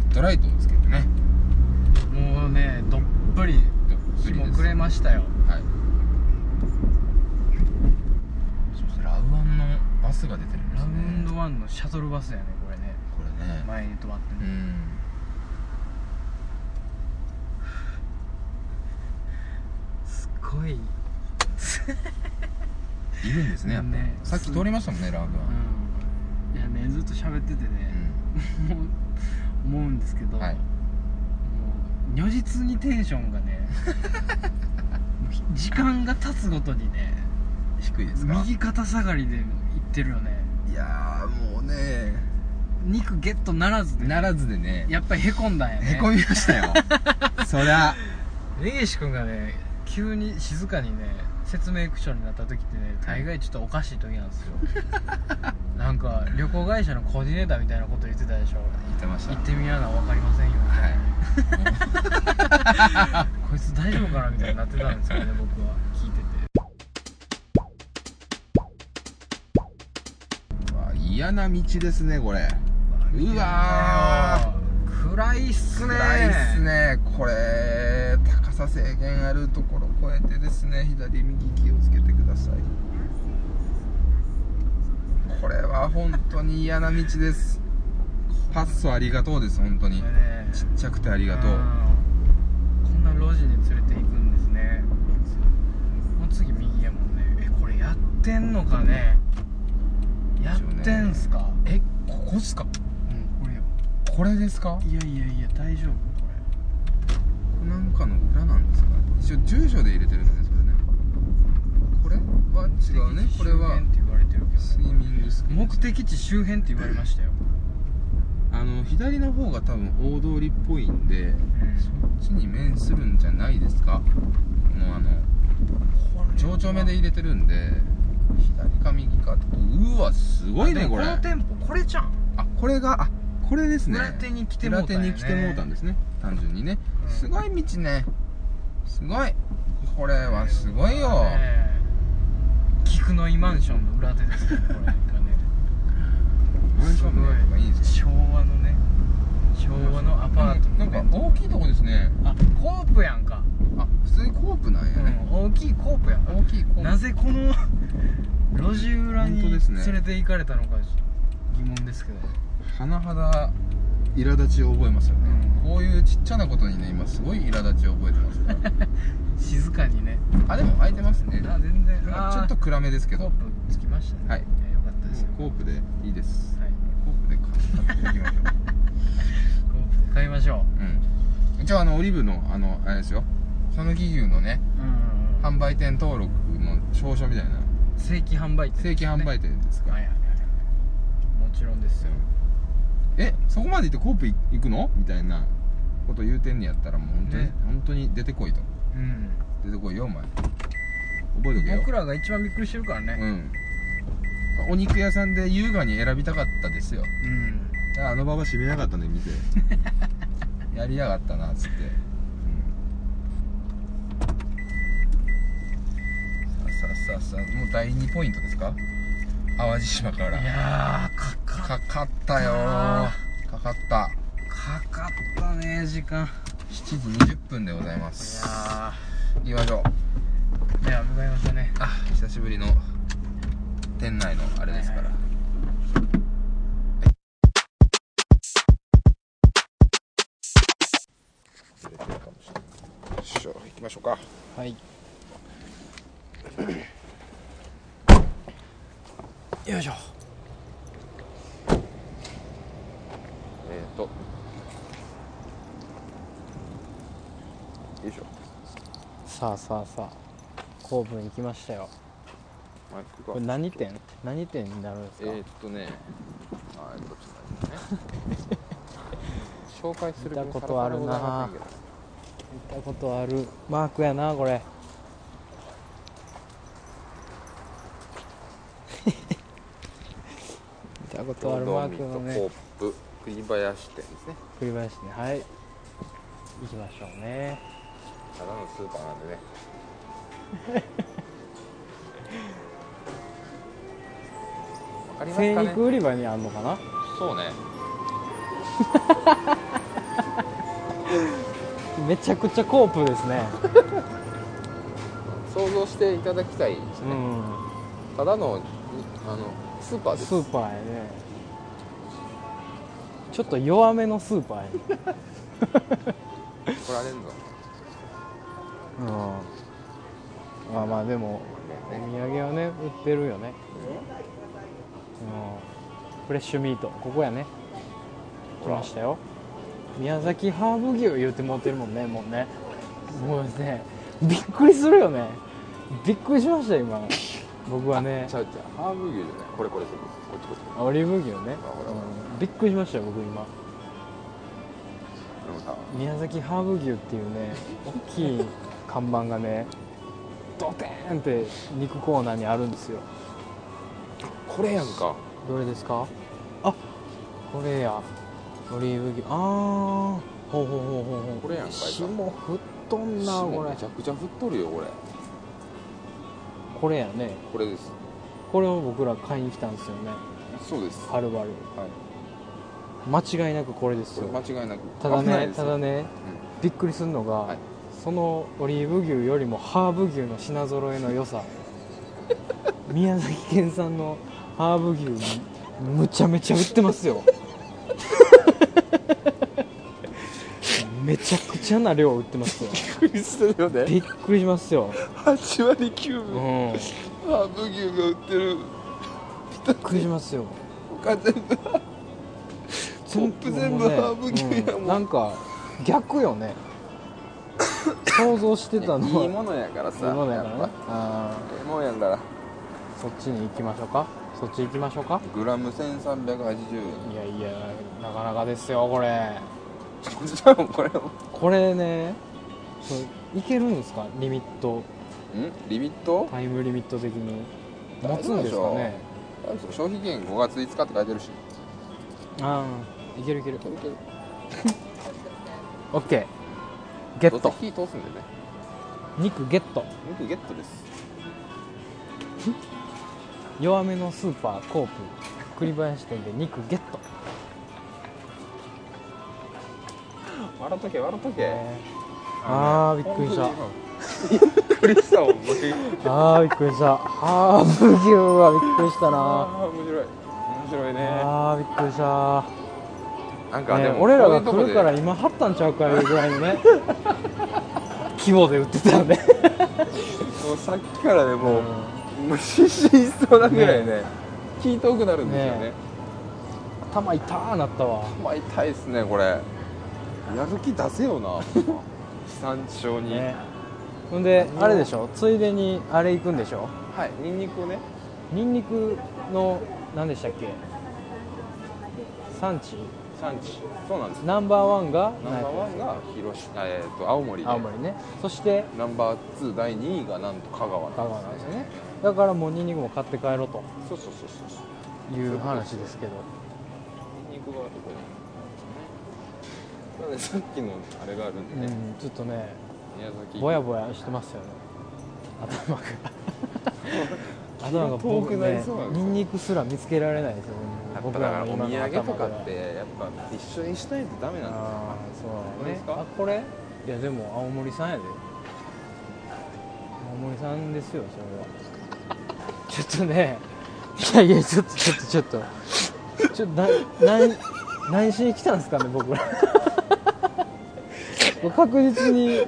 Speaker 2: ッドライトをつけてね
Speaker 1: もうねどっぷり
Speaker 2: どっぷ
Speaker 1: 日
Speaker 2: り
Speaker 1: も
Speaker 2: です
Speaker 1: 暮れましたよ
Speaker 2: はいそしてラウアンのバスが出てるんで
Speaker 1: ラ
Speaker 2: す
Speaker 1: ウ
Speaker 2: ね
Speaker 1: ンドワンのシャトルバスやねこれね
Speaker 2: これね
Speaker 1: 前に止まって
Speaker 2: う
Speaker 1: ね、
Speaker 2: ん
Speaker 1: すっごい、
Speaker 2: いるんですねやっぱ、
Speaker 1: ね
Speaker 2: さっき通りましたもんねラウアン、
Speaker 1: うん、いやねずっと喋っててね、もう思うんですけど、
Speaker 2: はい
Speaker 1: もう如実にテンションがねもう時間が経つごとにね
Speaker 2: 低いですか
Speaker 1: 右肩下がりでいっってるよね
Speaker 2: いやーもうね
Speaker 1: 肉ゲットならずで
Speaker 2: ならずでね
Speaker 1: やっぱりへこんだんやね
Speaker 2: へこみましたよそりゃ
Speaker 1: 根岸君がね急に静かにね説明口調になった時ってね大概ちょっとおかしい時なんですよ なんか旅行会社のコーディネーターみたいなこと言ってたでしょ
Speaker 2: 言ってました
Speaker 1: 行ってみやな分かりませんよみたいな、
Speaker 2: は
Speaker 1: こいつ大丈夫かなみたいになってたんです よね僕は聞いてて
Speaker 2: いうわ嫌な道ですねこれうわ
Speaker 1: ー暗いっすね
Speaker 2: 暗いっすねこれ高さ制限あるところ越えてですね左右気をつけてくださいこれは本当に嫌な道 ですパッソありがとうです本当に
Speaker 1: これね
Speaker 2: ちっちゃくてありがとう
Speaker 1: うんこんな路地に連れて行くんですねもう次右やもんねえこれやってんのかねやってんすか、
Speaker 2: えここっすか
Speaker 1: うんこれよ
Speaker 2: これですか
Speaker 1: いやいやいや大丈夫こ
Speaker 2: なんかの裏なんですか一応住所で入れてるんですけどねこれは
Speaker 1: れ
Speaker 2: 違うねこれは
Speaker 1: 目的地周辺って言われてるけ
Speaker 2: スイ
Speaker 1: どね
Speaker 2: ミングスクール
Speaker 1: 目的地周辺って言われましたよ
Speaker 2: あの左の方が多分大通りっぽいんでそっちに面するんじゃないですかこのあの上長目で入れてるんで左か右かうわすごいねこれ
Speaker 1: でもこの店舗これじゃん
Speaker 2: あこれがあこれですね
Speaker 1: 裏手に来ても
Speaker 2: 裏
Speaker 1: うた
Speaker 2: 手
Speaker 1: んやね
Speaker 2: に来てもうたんですね単純にね、
Speaker 1: うん
Speaker 2: すごい道ねすごいこれはすごいよ、
Speaker 1: ね菊の井マンションの裏手ですねこれなんかね
Speaker 2: マンション名とかいいんですか
Speaker 1: 昭和のね昭和のアパートの
Speaker 2: なんか大きいとこですね
Speaker 1: あコープやんか、
Speaker 2: あ普通にコープなんや
Speaker 1: う
Speaker 2: ね、
Speaker 1: ん、大きいコープやんか
Speaker 2: 大きいコープ
Speaker 1: なぜこの路地裏に
Speaker 2: 本当ですね
Speaker 1: 連れて行かれたのか疑問ですけど
Speaker 2: 甚だ苛立ちを覚えますよね、
Speaker 1: うん
Speaker 2: こういうちっちゃなことにね今すごい苛立ちを覚えて ますから
Speaker 1: 静かにね
Speaker 2: あでも開いてますね
Speaker 1: あ全然
Speaker 2: なん
Speaker 1: あ
Speaker 2: か
Speaker 1: ー
Speaker 2: ちょっと暗めですけど
Speaker 1: コー
Speaker 2: も
Speaker 1: プつきましたね
Speaker 2: はい
Speaker 1: やよかったですよ
Speaker 2: うコープでいいです
Speaker 1: はい、
Speaker 2: コープで買っていきましょう
Speaker 1: コープで買いましょ
Speaker 2: うん一応あのオリーブのあのあれですよ讃岐牛のね
Speaker 1: ううん
Speaker 2: 販売店登録の証書みたいな
Speaker 1: 正規販売店
Speaker 2: 正規販売
Speaker 1: 店
Speaker 2: 店ですか、
Speaker 1: はいはいはいはいもちろんですよ
Speaker 2: えそこまで行ってコープい行くのみたいなこと言うてんねやったらもう本当に、
Speaker 1: ね
Speaker 2: 本当に出てこいと
Speaker 1: うん
Speaker 2: 出てこいよお前覚えとけよ
Speaker 1: 僕らが一番びっくりしてるから
Speaker 2: う
Speaker 1: ね
Speaker 2: んお肉屋さんで優雅に選びたかったですよ
Speaker 1: うん
Speaker 2: あの馬場閉めなかったね店 やりやがったなっつって、さあさあさあさあもう第2ポイントですか淡路島から
Speaker 1: いやーかか
Speaker 2: かかったよーかかった
Speaker 1: かかったね時間いや
Speaker 2: 7時20分でございます行きましょう
Speaker 1: ーでは向かいましたね
Speaker 2: あ久しぶりの店内のあれですから、
Speaker 1: はいはい
Speaker 2: ずれてるかもしれないよいしょ行きましょうか
Speaker 1: はいよいしょ
Speaker 2: えっ、ー、とよいしょ
Speaker 1: さあさあさあ神戸に来ましたよ
Speaker 2: マイクが
Speaker 1: これ何店何店になるんです
Speaker 2: え
Speaker 1: か、
Speaker 2: ー、っとねあえっとちょっと待ってね 紹介する
Speaker 1: 見たことあるな
Speaker 2: サラサラでございませんけど
Speaker 1: 見たことあるマークやなこ れ見たことあるマークのね
Speaker 2: コープ栗林店ですね
Speaker 1: 栗林ねはい行きましょうね
Speaker 2: ただのスーパーなん でねわかります
Speaker 1: 精
Speaker 2: か
Speaker 1: 肉
Speaker 2: ね
Speaker 1: 売り場にあんのかな
Speaker 2: そうね
Speaker 1: めちゃくちゃコープですね
Speaker 2: 想像していただきたいです
Speaker 1: う
Speaker 2: ね、
Speaker 1: ん
Speaker 2: ただのあのスーパーです
Speaker 1: スーパーやねちょっと弱めのスーパーやね、
Speaker 2: 来られるの
Speaker 1: うん、まあまあでもお土産はね売ってるよね、うん、フレッシュミートここやね来ましたよ宮崎ハーブ牛言うてもうてるもんねもうねもうねびっくりするよねびっくりしました今僕はね
Speaker 2: ちゃうちゃうハーブ牛じゃないこれこれこれこっちこっちこっち
Speaker 1: オリーブ牛ね
Speaker 2: ほらほら
Speaker 1: うんびっくりしましたよ僕今
Speaker 2: でもさ
Speaker 1: 宮崎ハーブ牛っていうね大きい看板がねドテーンって肉コーナーにあるんですよ
Speaker 2: これやんか
Speaker 1: どれですかあこれやオリーブ牛あーほうほうほうほうほう
Speaker 2: これやんか
Speaker 1: 霜降っとんな
Speaker 2: 霜
Speaker 1: こ
Speaker 2: め
Speaker 1: れ
Speaker 2: ちゃくちゃ振っとるよこれ
Speaker 1: これやね
Speaker 2: これです
Speaker 1: これを僕ら買いに来たんですよね
Speaker 2: そうです
Speaker 1: はるばる
Speaker 2: はい
Speaker 1: 間違いなくこれです
Speaker 2: これ間
Speaker 1: よ
Speaker 2: 違いなく
Speaker 1: ただ
Speaker 2: 危ない
Speaker 1: ね
Speaker 2: です
Speaker 1: た
Speaker 2: よ
Speaker 1: だねびっくりするのが、
Speaker 2: はい
Speaker 1: そのオリーブ牛よりもハーブ牛の品揃えの良さ 宮崎県産のハーブ牛むちゃめちゃ売ってますよ めちゃくちゃな量売っ てますよ
Speaker 2: びっくりするよね
Speaker 1: びっくりしますよ、
Speaker 2: 8割9
Speaker 1: う
Speaker 2: 分
Speaker 1: ん、びっ
Speaker 2: ハーブ牛が売ってる
Speaker 1: くりしますよ
Speaker 2: 他全部
Speaker 1: 全
Speaker 2: ポップ全部ハーブ牛やもん
Speaker 1: なんか逆よね想像してたの はい
Speaker 2: いものやからさ
Speaker 1: いいものやからね
Speaker 2: やっ
Speaker 1: あ
Speaker 2: ぱいいもんやから
Speaker 1: ーそっちに行きましょうかそっち行きましょうか
Speaker 2: グラム1380円
Speaker 1: いやいやなかなかですよこれ
Speaker 2: じゃあこれも
Speaker 1: これねそういけるんですかリミット
Speaker 2: んリミット
Speaker 1: タイムリミット的に持つんですかね
Speaker 2: 消費期限5月5日って書いてるし
Speaker 1: ああいけるいける OK ゲ
Speaker 2: ゲ
Speaker 1: ット
Speaker 2: 火通すんでね
Speaker 1: 肉ゲット
Speaker 2: 肉ゲットです
Speaker 1: 弱めのスーパーコープ栗林店で肉ゲット
Speaker 2: 笑っとけ笑っとけ
Speaker 1: あーびっくりした
Speaker 2: びっくりしたほんまに
Speaker 1: あーびっくりしたハーブ牛はびっくりしたな
Speaker 2: あー面白い面白いね
Speaker 1: あーびっくりした
Speaker 2: なんかで
Speaker 1: ね
Speaker 2: も
Speaker 1: 俺ら
Speaker 2: こうい
Speaker 1: が
Speaker 2: うと
Speaker 1: 来
Speaker 2: こ
Speaker 1: る
Speaker 2: で
Speaker 1: から今張ったんちゃうかいうぐらいのね規模で売ってたよね
Speaker 2: もうさっきからねもう無視しそうなぐらいね聞いとくなるんですよね
Speaker 1: ね頭痛ーなったわ
Speaker 2: まあ痛いですねこれやる気出せよ な地産地消に、
Speaker 1: ねほんであれでしょついでにあれ行くんでしょ
Speaker 2: はいニンニクをね
Speaker 1: ニンニクの何でしたっけ産地
Speaker 2: 産地そうなんです
Speaker 1: ナンバーワンが
Speaker 2: ナンバーワンが広島、えー、と青森で
Speaker 1: 青森ねそして
Speaker 2: ナンバーツー第2位がなんと香川
Speaker 1: 香川
Speaker 2: なで
Speaker 1: なんんですす
Speaker 2: ね
Speaker 1: ねだからもうニンニクも買って帰ろうと
Speaker 2: そうそうそうそうそう
Speaker 1: いう話ですけど
Speaker 2: ニンニクがどこになのでさっきのあれがあるん
Speaker 1: う
Speaker 2: でね、
Speaker 1: んちょっとね
Speaker 2: 宮崎
Speaker 1: ぼやぼやしてます よね頭が頭
Speaker 2: 遠
Speaker 1: が
Speaker 2: く
Speaker 1: 僕
Speaker 2: なり
Speaker 1: ね
Speaker 2: そうなんです
Speaker 1: ニ
Speaker 2: よ
Speaker 1: ンニクすら見つけられないですよね
Speaker 2: やっぱ
Speaker 1: 僕
Speaker 2: だ
Speaker 1: ら
Speaker 2: から
Speaker 1: の
Speaker 2: お土
Speaker 1: 今の
Speaker 2: 産と
Speaker 1: 頭
Speaker 2: か
Speaker 1: が
Speaker 2: ってやっぱ一緒にしないとダメなんですよ
Speaker 1: ああそ
Speaker 2: これ
Speaker 1: うな
Speaker 2: で
Speaker 1: のね
Speaker 2: すか
Speaker 1: あこれいやでも青森さんやで青森さんですよそれは ちょっとねいやいやちょっとちょっとちょっとちょっとな何何しに来たんですかね僕ら もう確実に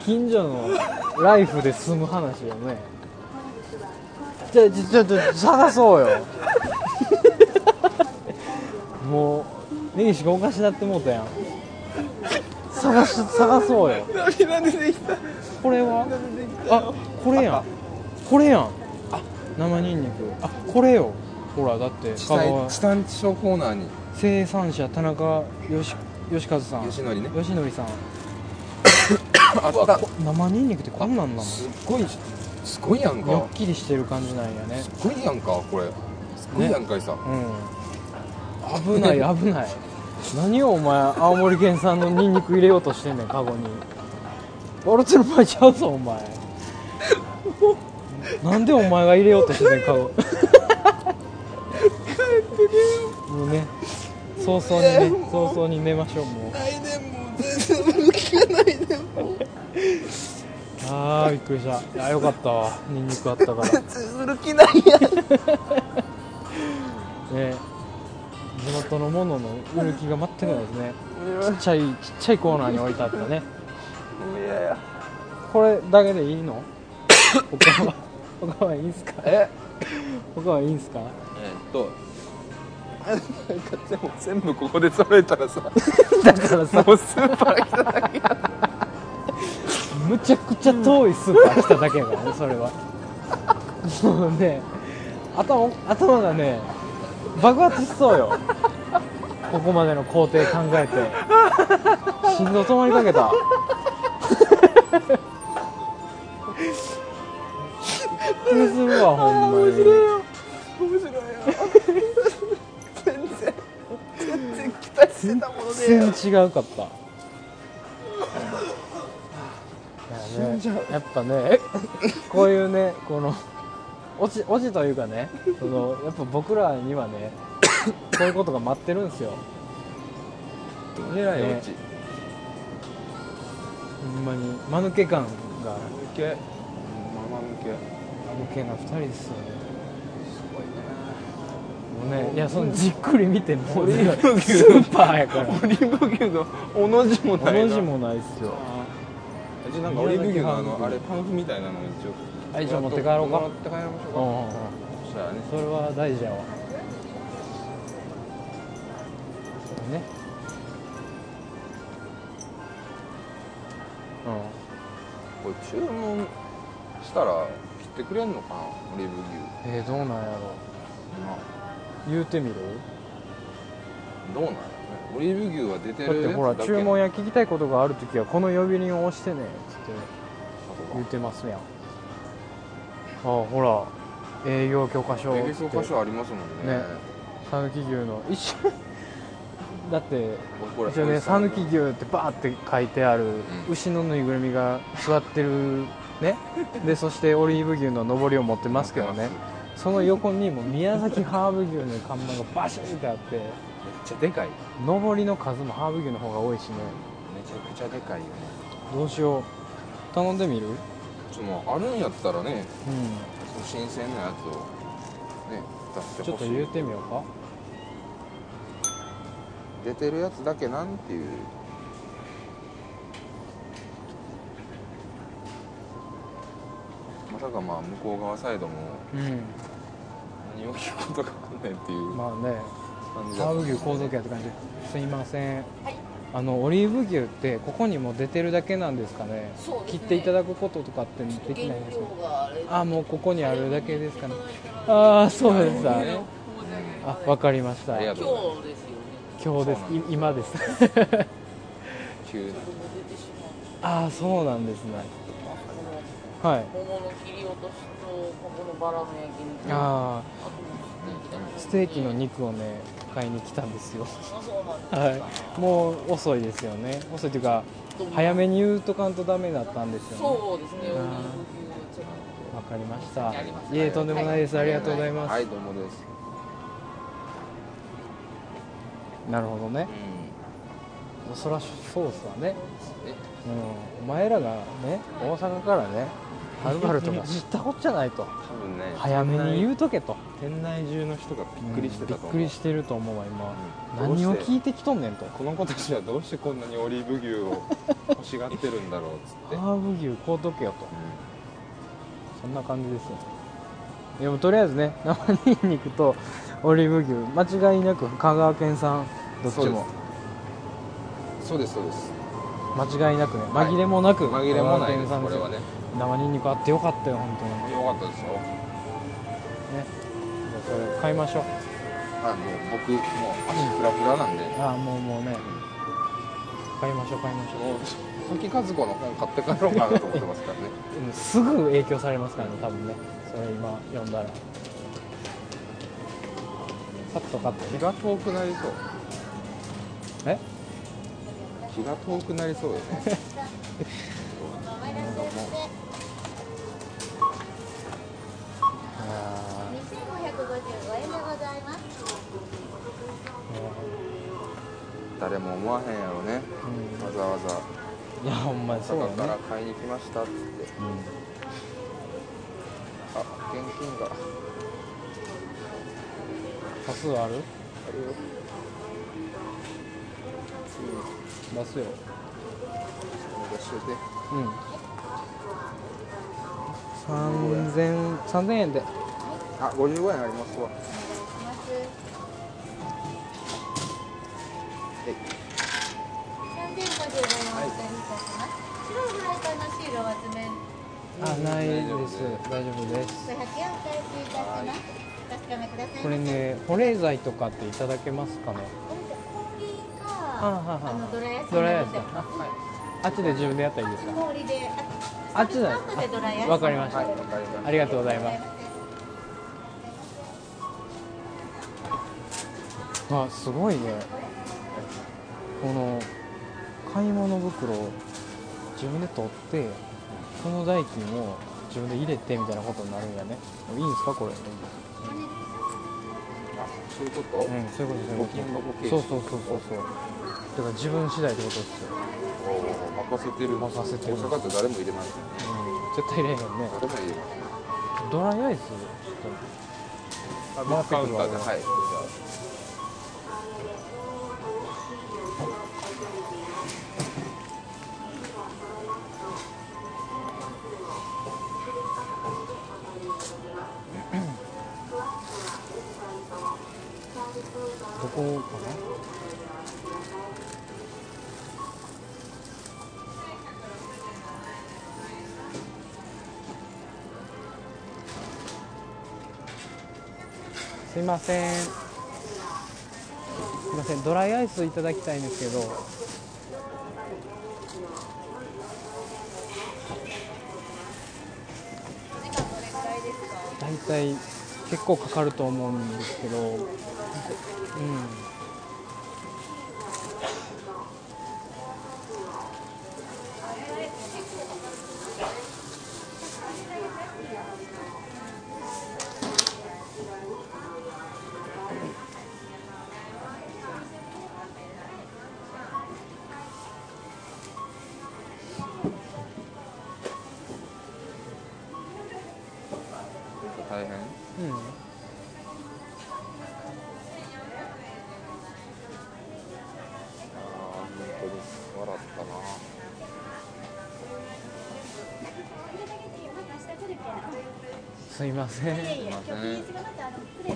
Speaker 1: 近所のライフで済む話よねじゃあちょちょっと探そうよ もう根岸がおかしなってもうたやん探し探そうよ
Speaker 2: 涙出てきた
Speaker 1: これはあこれやんこれやんあ生ニンニクあこれよほらだって
Speaker 2: 地
Speaker 1: 香川
Speaker 2: 産地産地消コーナーに
Speaker 1: 生産者田中よし義和さん
Speaker 2: 吉典ね
Speaker 1: よしのりさん
Speaker 2: あった
Speaker 1: こ生ニンニクってこんなんな
Speaker 2: すっごいすごいやん
Speaker 1: のよ
Speaker 2: か
Speaker 1: っきりしてる感じなんやね
Speaker 2: すっごいやんかこれすっごいやんかいさ
Speaker 1: うん危 ない危ない何をお前青森県産のニンニク入れようとしてんねんカゴに笑ってる場合ちゃうぞお前 なんでお前が入れようとしてんねんカゴもうね早々にね早々に寝ましょうもう
Speaker 2: 来年も全然向きがないでも
Speaker 1: あーびっくりしたあよかったわニンニクあったから
Speaker 2: する気ないやん
Speaker 1: ね地元のものの売る気が全くないですねちっちゃいちっちゃいコーナーに置いてあったね
Speaker 2: もう嫌や
Speaker 1: これだけでいいの他 は他はいいんすか
Speaker 2: え
Speaker 1: 他はいいんすか
Speaker 2: えっとなんかでも全部ここで揃えたらさもうス
Speaker 1: だからさ
Speaker 2: ーパー来ただけや
Speaker 1: むちゃくちゃ遠いスーパー来ただけやからねそれはもうね頭頭がね爆発しそうよここまでの工程考えて心臓止まりかけ たびっくりするわほんまに面白いよ
Speaker 4: 面白いよ全然全然期待してたもので
Speaker 1: 全然違うかっただから
Speaker 4: 死んじゃ
Speaker 1: ね
Speaker 4: う
Speaker 1: やっぱねこういうねこのオチオチというかねそのやっぱ僕らにはねこういうことが待ってるんですよ
Speaker 2: どえらいオチ
Speaker 1: ほんまに間抜け感が
Speaker 2: 向けママ向け
Speaker 1: 抜けな2人ですよね
Speaker 2: すごいね
Speaker 1: もうねいやそのじっくり見てもう
Speaker 2: オリーブ牛
Speaker 1: スーパーやから
Speaker 2: オリーブ牛のおの字も
Speaker 1: お
Speaker 2: ないな
Speaker 1: の字もないっすよ
Speaker 2: じゃあなんかオリーブ牛のあ
Speaker 1: 宮崎ハン
Speaker 2: の
Speaker 1: バーグ
Speaker 2: あれパンフみたいなのを一応
Speaker 1: あ一応持って帰ろうか
Speaker 2: 持って帰りまし
Speaker 1: う
Speaker 2: ょ
Speaker 1: んうんうん
Speaker 2: うかそしたらね
Speaker 1: それは大事やわそうねうん
Speaker 2: これ注文したら切ってくれんのかなオリーブ牛
Speaker 1: えー、どうなんやろ言うてみる
Speaker 2: どうなんやろねオリーブ牛は出て
Speaker 1: だっ
Speaker 2: る
Speaker 1: て
Speaker 2: やつ
Speaker 1: ほら
Speaker 2: だけ
Speaker 1: 注文や聞きたいことがある時はこの呼び鈴を押してねっつって言うてますやんああほら営業許可証
Speaker 2: 営業
Speaker 1: っ
Speaker 2: 箇
Speaker 1: つ
Speaker 2: 所ありますもんね
Speaker 1: ね讃岐牛の一緒 だって
Speaker 2: これ
Speaker 1: 一応ね讃岐牛ってバーって書いてある
Speaker 2: うん
Speaker 1: 牛のぬいぐるみが座ってる ねでそしてオリーブ牛の上りを持ってますけどね
Speaker 2: 持ってま
Speaker 1: その横にも宮崎ハーブ牛の看板がバシーンってあって
Speaker 2: めっちゃでかいめ
Speaker 1: 上りの数もハーブ牛の方が多いしね
Speaker 2: ちゃくちゃでかいよね
Speaker 1: どうしよう頼んでみるうん
Speaker 2: ちょっともうあるんやったらねその新鮮なやつをね出して
Speaker 1: ちょっ
Speaker 2: ほ
Speaker 1: と
Speaker 2: し
Speaker 1: 言う
Speaker 2: い
Speaker 1: てみようか
Speaker 2: 出てるやつだけなんていうまさかまあ向こう側サイドも
Speaker 1: うん
Speaker 2: 何を聞くことが来んねんっていう
Speaker 1: まあね
Speaker 2: 感じだ
Speaker 1: ハ
Speaker 2: った
Speaker 1: ーブ牛構造系って感じすいません、あのオリーブ牛ってここにも出てるだけなんですかね
Speaker 5: そうですね
Speaker 1: 切っていただくこととかってできないんですか
Speaker 5: があれ
Speaker 1: あもうここにあるだけですかねああそうですか
Speaker 2: なるほ
Speaker 1: あわかりました
Speaker 2: ありが
Speaker 1: 今
Speaker 2: とうございま
Speaker 5: 今日ですよね
Speaker 1: 日ですい今です
Speaker 2: す急な
Speaker 1: ああそうなんですねはい
Speaker 5: 桃の切り落としとここのバラの焼き肉
Speaker 1: あ
Speaker 5: あとステ
Speaker 1: あステ
Speaker 5: ーキだけ
Speaker 1: ーキの肉をね買いに来たんですよ
Speaker 5: あそうなんだ
Speaker 1: はいもう遅いですよね遅いというか
Speaker 5: どうも
Speaker 1: 早めに言うとかんとダメだったんですよね
Speaker 5: そうですねオリーブ
Speaker 1: うん
Speaker 5: 牛はちょっと
Speaker 1: わかりました
Speaker 5: ありま。す
Speaker 1: いえ、とんでもないです。
Speaker 5: はい
Speaker 1: ありがとうございます。
Speaker 2: はいどうもです
Speaker 1: なるほどね。そらそうっすわね。うん、お前らがね、大阪からね、はるばると か知ったこっちゃないと。
Speaker 2: 多分ね
Speaker 1: 早めに言うとけと。
Speaker 2: 店内中の人がびっくりしてたと思う、
Speaker 1: うんびっくりしてると思うわ、今。
Speaker 2: うん
Speaker 1: 何を
Speaker 2: どうして
Speaker 1: 聞いてきとんねんと。
Speaker 2: この子たちはどうしてこんなにオリーブ牛を欲しがってるんだろうっつって、うん
Speaker 1: ハーブ牛買うとけよと。そんな感じですよね。でもとりあえずね、生ニンニクとオリーブ牛、間違いなく香川県産、どっちも。
Speaker 2: そうですそうです
Speaker 1: 間違いなくね、
Speaker 2: はい
Speaker 1: 紛れもなく、
Speaker 2: 紛れもないです
Speaker 1: 香川県産
Speaker 2: これはね
Speaker 1: 生ニンニクあってよかったよ本当にね
Speaker 2: よかったですよ
Speaker 1: それ買いましょう
Speaker 2: はいもう僕もう足フラフラなんで、
Speaker 1: ああもうもうね買いましょう買いましょ
Speaker 2: もう先和子の本買って帰ろうかなと思ってますからね
Speaker 1: ううんすぐ影響されますからね多分ねそれ今読んだらさっと買って
Speaker 2: 気
Speaker 1: ね
Speaker 2: が遠くなりそう
Speaker 1: え
Speaker 2: 気が遠くなりそうよね
Speaker 1: あ
Speaker 3: 2555円でございます
Speaker 1: あ
Speaker 2: 誰も思わへんやろねわざわざ
Speaker 1: うんいやほんまにそう
Speaker 2: 佐賀か
Speaker 1: だ
Speaker 2: ら
Speaker 1: ね
Speaker 2: 買いに来ましたっつってあ現金があ
Speaker 1: 多数ある
Speaker 2: るよ
Speaker 1: 出すよ
Speaker 2: 出しといて
Speaker 1: うん3000 3000円で
Speaker 2: あ55円ありますわ
Speaker 6: 3055円お預かりいたします。白いフライパンのシールをお集め
Speaker 1: あないです大丈夫で
Speaker 6: 500円お返しいた
Speaker 1: す
Speaker 6: します。お確かめくださいませ。
Speaker 1: これね保冷剤とかっていただけますかね
Speaker 6: これ氷か、
Speaker 1: あは
Speaker 6: あ
Speaker 1: は
Speaker 6: のドライアイス
Speaker 1: ドライアイス
Speaker 6: で
Speaker 1: だあはいあっちで自分でやったらいいですか
Speaker 6: 氷で、
Speaker 1: あっちだ
Speaker 6: カップでドライアイス。
Speaker 1: わかりました、
Speaker 2: わかりました
Speaker 1: ありがとうございますあすごいねこの買い物袋を自分で取ってこの代金を自分で入れてみたいなことになるんやねいいんですかこれ
Speaker 2: あ
Speaker 1: う
Speaker 2: そういうこと
Speaker 1: んそういうことそういう
Speaker 2: 募
Speaker 1: こと
Speaker 2: 金箱形式
Speaker 1: そうそうそうそうそうだから自分次第ってことですよ、
Speaker 2: おー任せてる
Speaker 1: 任せてる
Speaker 2: 大阪って誰も入れない
Speaker 1: うん、絶対入れへんもんね
Speaker 2: 誰も入れない
Speaker 1: ドライアイスちょっと
Speaker 2: あ
Speaker 1: 回ってくる
Speaker 2: カ
Speaker 1: わ
Speaker 2: ウンターではいじゃ
Speaker 1: どこかなすいませんすいませんドライアイスいただきたいんですけど大体結構かかると思うんですけどうん
Speaker 2: あ大変
Speaker 1: うん
Speaker 2: あー本当に笑ったな
Speaker 1: すいません
Speaker 2: すいません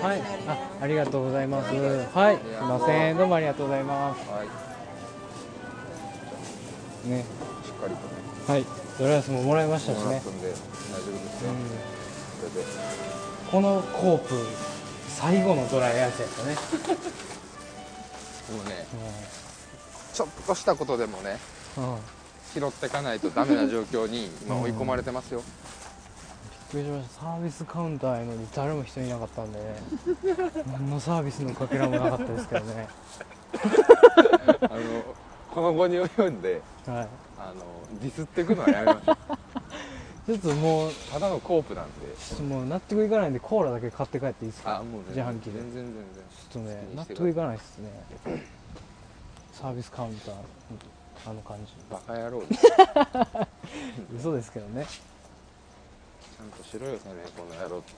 Speaker 1: はい、あ、ありがとうございます。はい、すいません、どうもありがとうございま
Speaker 2: はい
Speaker 1: す。ね、
Speaker 2: しっかりとね
Speaker 1: はい、ドライアイスももらいましたし
Speaker 2: もらっ
Speaker 1: ね
Speaker 2: た。んで大丈夫です
Speaker 1: う
Speaker 2: よ
Speaker 1: ん、
Speaker 2: これで
Speaker 1: このコープ、最後のドライアイスやったね。
Speaker 2: もうね
Speaker 1: う
Speaker 2: ちょっとしたことでもね
Speaker 1: ん、うん、びっ
Speaker 2: 拾ってかないとダメな状況に今追い込まれてますよ
Speaker 1: くりしました。サービスカウンターへのに誰も人いなかったんでね。何のサービスのかけらもなかったですけどね。
Speaker 2: あのこの後に及んで
Speaker 1: はい。
Speaker 2: あのディスっていくのはやめましょう
Speaker 1: ちょっともう、
Speaker 2: ただのコープなんで
Speaker 1: ちょっともう納得いかないんで、コーラだけ買って帰っていいですか。
Speaker 2: あもう
Speaker 1: 自販機で
Speaker 2: 全然全然
Speaker 1: ちょっとね
Speaker 2: 好きにしてく
Speaker 1: 納
Speaker 2: ださい
Speaker 1: 得いかないですねサービスカウンターあの感じ
Speaker 2: バカ 野郎ち
Speaker 1: 嘘ですけどね
Speaker 2: ゃんとしろよてめえこの野郎って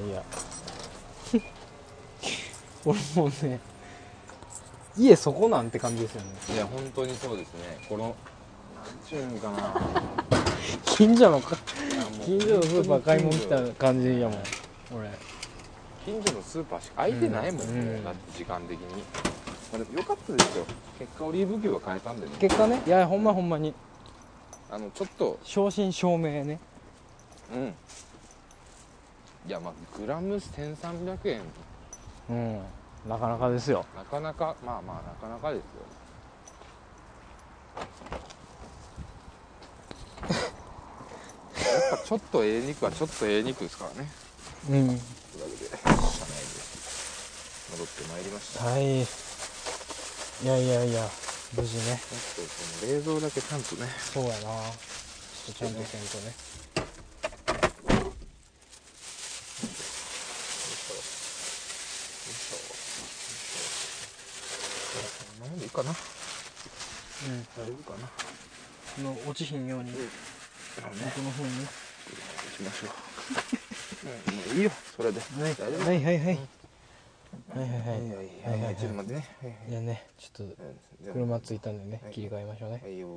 Speaker 2: いうね
Speaker 1: いやいや 俺もうね家そこなんて感じですよね
Speaker 2: いや本当にそうですねこの何ちゅうんかな
Speaker 1: 近所のか
Speaker 2: いやもう
Speaker 1: 近所のスーパー買い物来た感じやもん俺
Speaker 2: 近所のスーパーしか空いてないもん、
Speaker 1: うん
Speaker 2: もうだって時間的にまあでも良かったですよ結果オリーブ牛は買えたんでね
Speaker 1: 結果ねいやほんまほんまに
Speaker 2: あのちょっと
Speaker 1: 正真正銘ね
Speaker 2: うんいやまあグラム1300円
Speaker 1: うんなかなかですよ
Speaker 2: なかなかまあまあなかなかですよやっぱちょっとええ肉はちょっとええ肉ですからね
Speaker 1: うん
Speaker 2: という
Speaker 1: は
Speaker 2: わけで車内で戻ってまいりました
Speaker 1: いいやいやいや無事ね
Speaker 2: ちょっとこの冷蔵だけちゃんとね
Speaker 1: そうやなちょっとちゃんとせんとね
Speaker 2: こんなもんでいいかな
Speaker 1: うん
Speaker 2: 大丈夫かな
Speaker 1: の落ちひんように僕の方に
Speaker 2: 行きましょう うんもういいよそれで
Speaker 1: はい
Speaker 2: 大丈夫
Speaker 1: はいはいはいはいはい
Speaker 2: は
Speaker 1: はい
Speaker 2: い
Speaker 1: い
Speaker 2: はいはいちょっと待ってねはいはい
Speaker 1: やねちょっと
Speaker 2: うんじゃあ
Speaker 1: 車着いたんでね
Speaker 2: はい
Speaker 1: 切り替えましょうね
Speaker 2: はいよ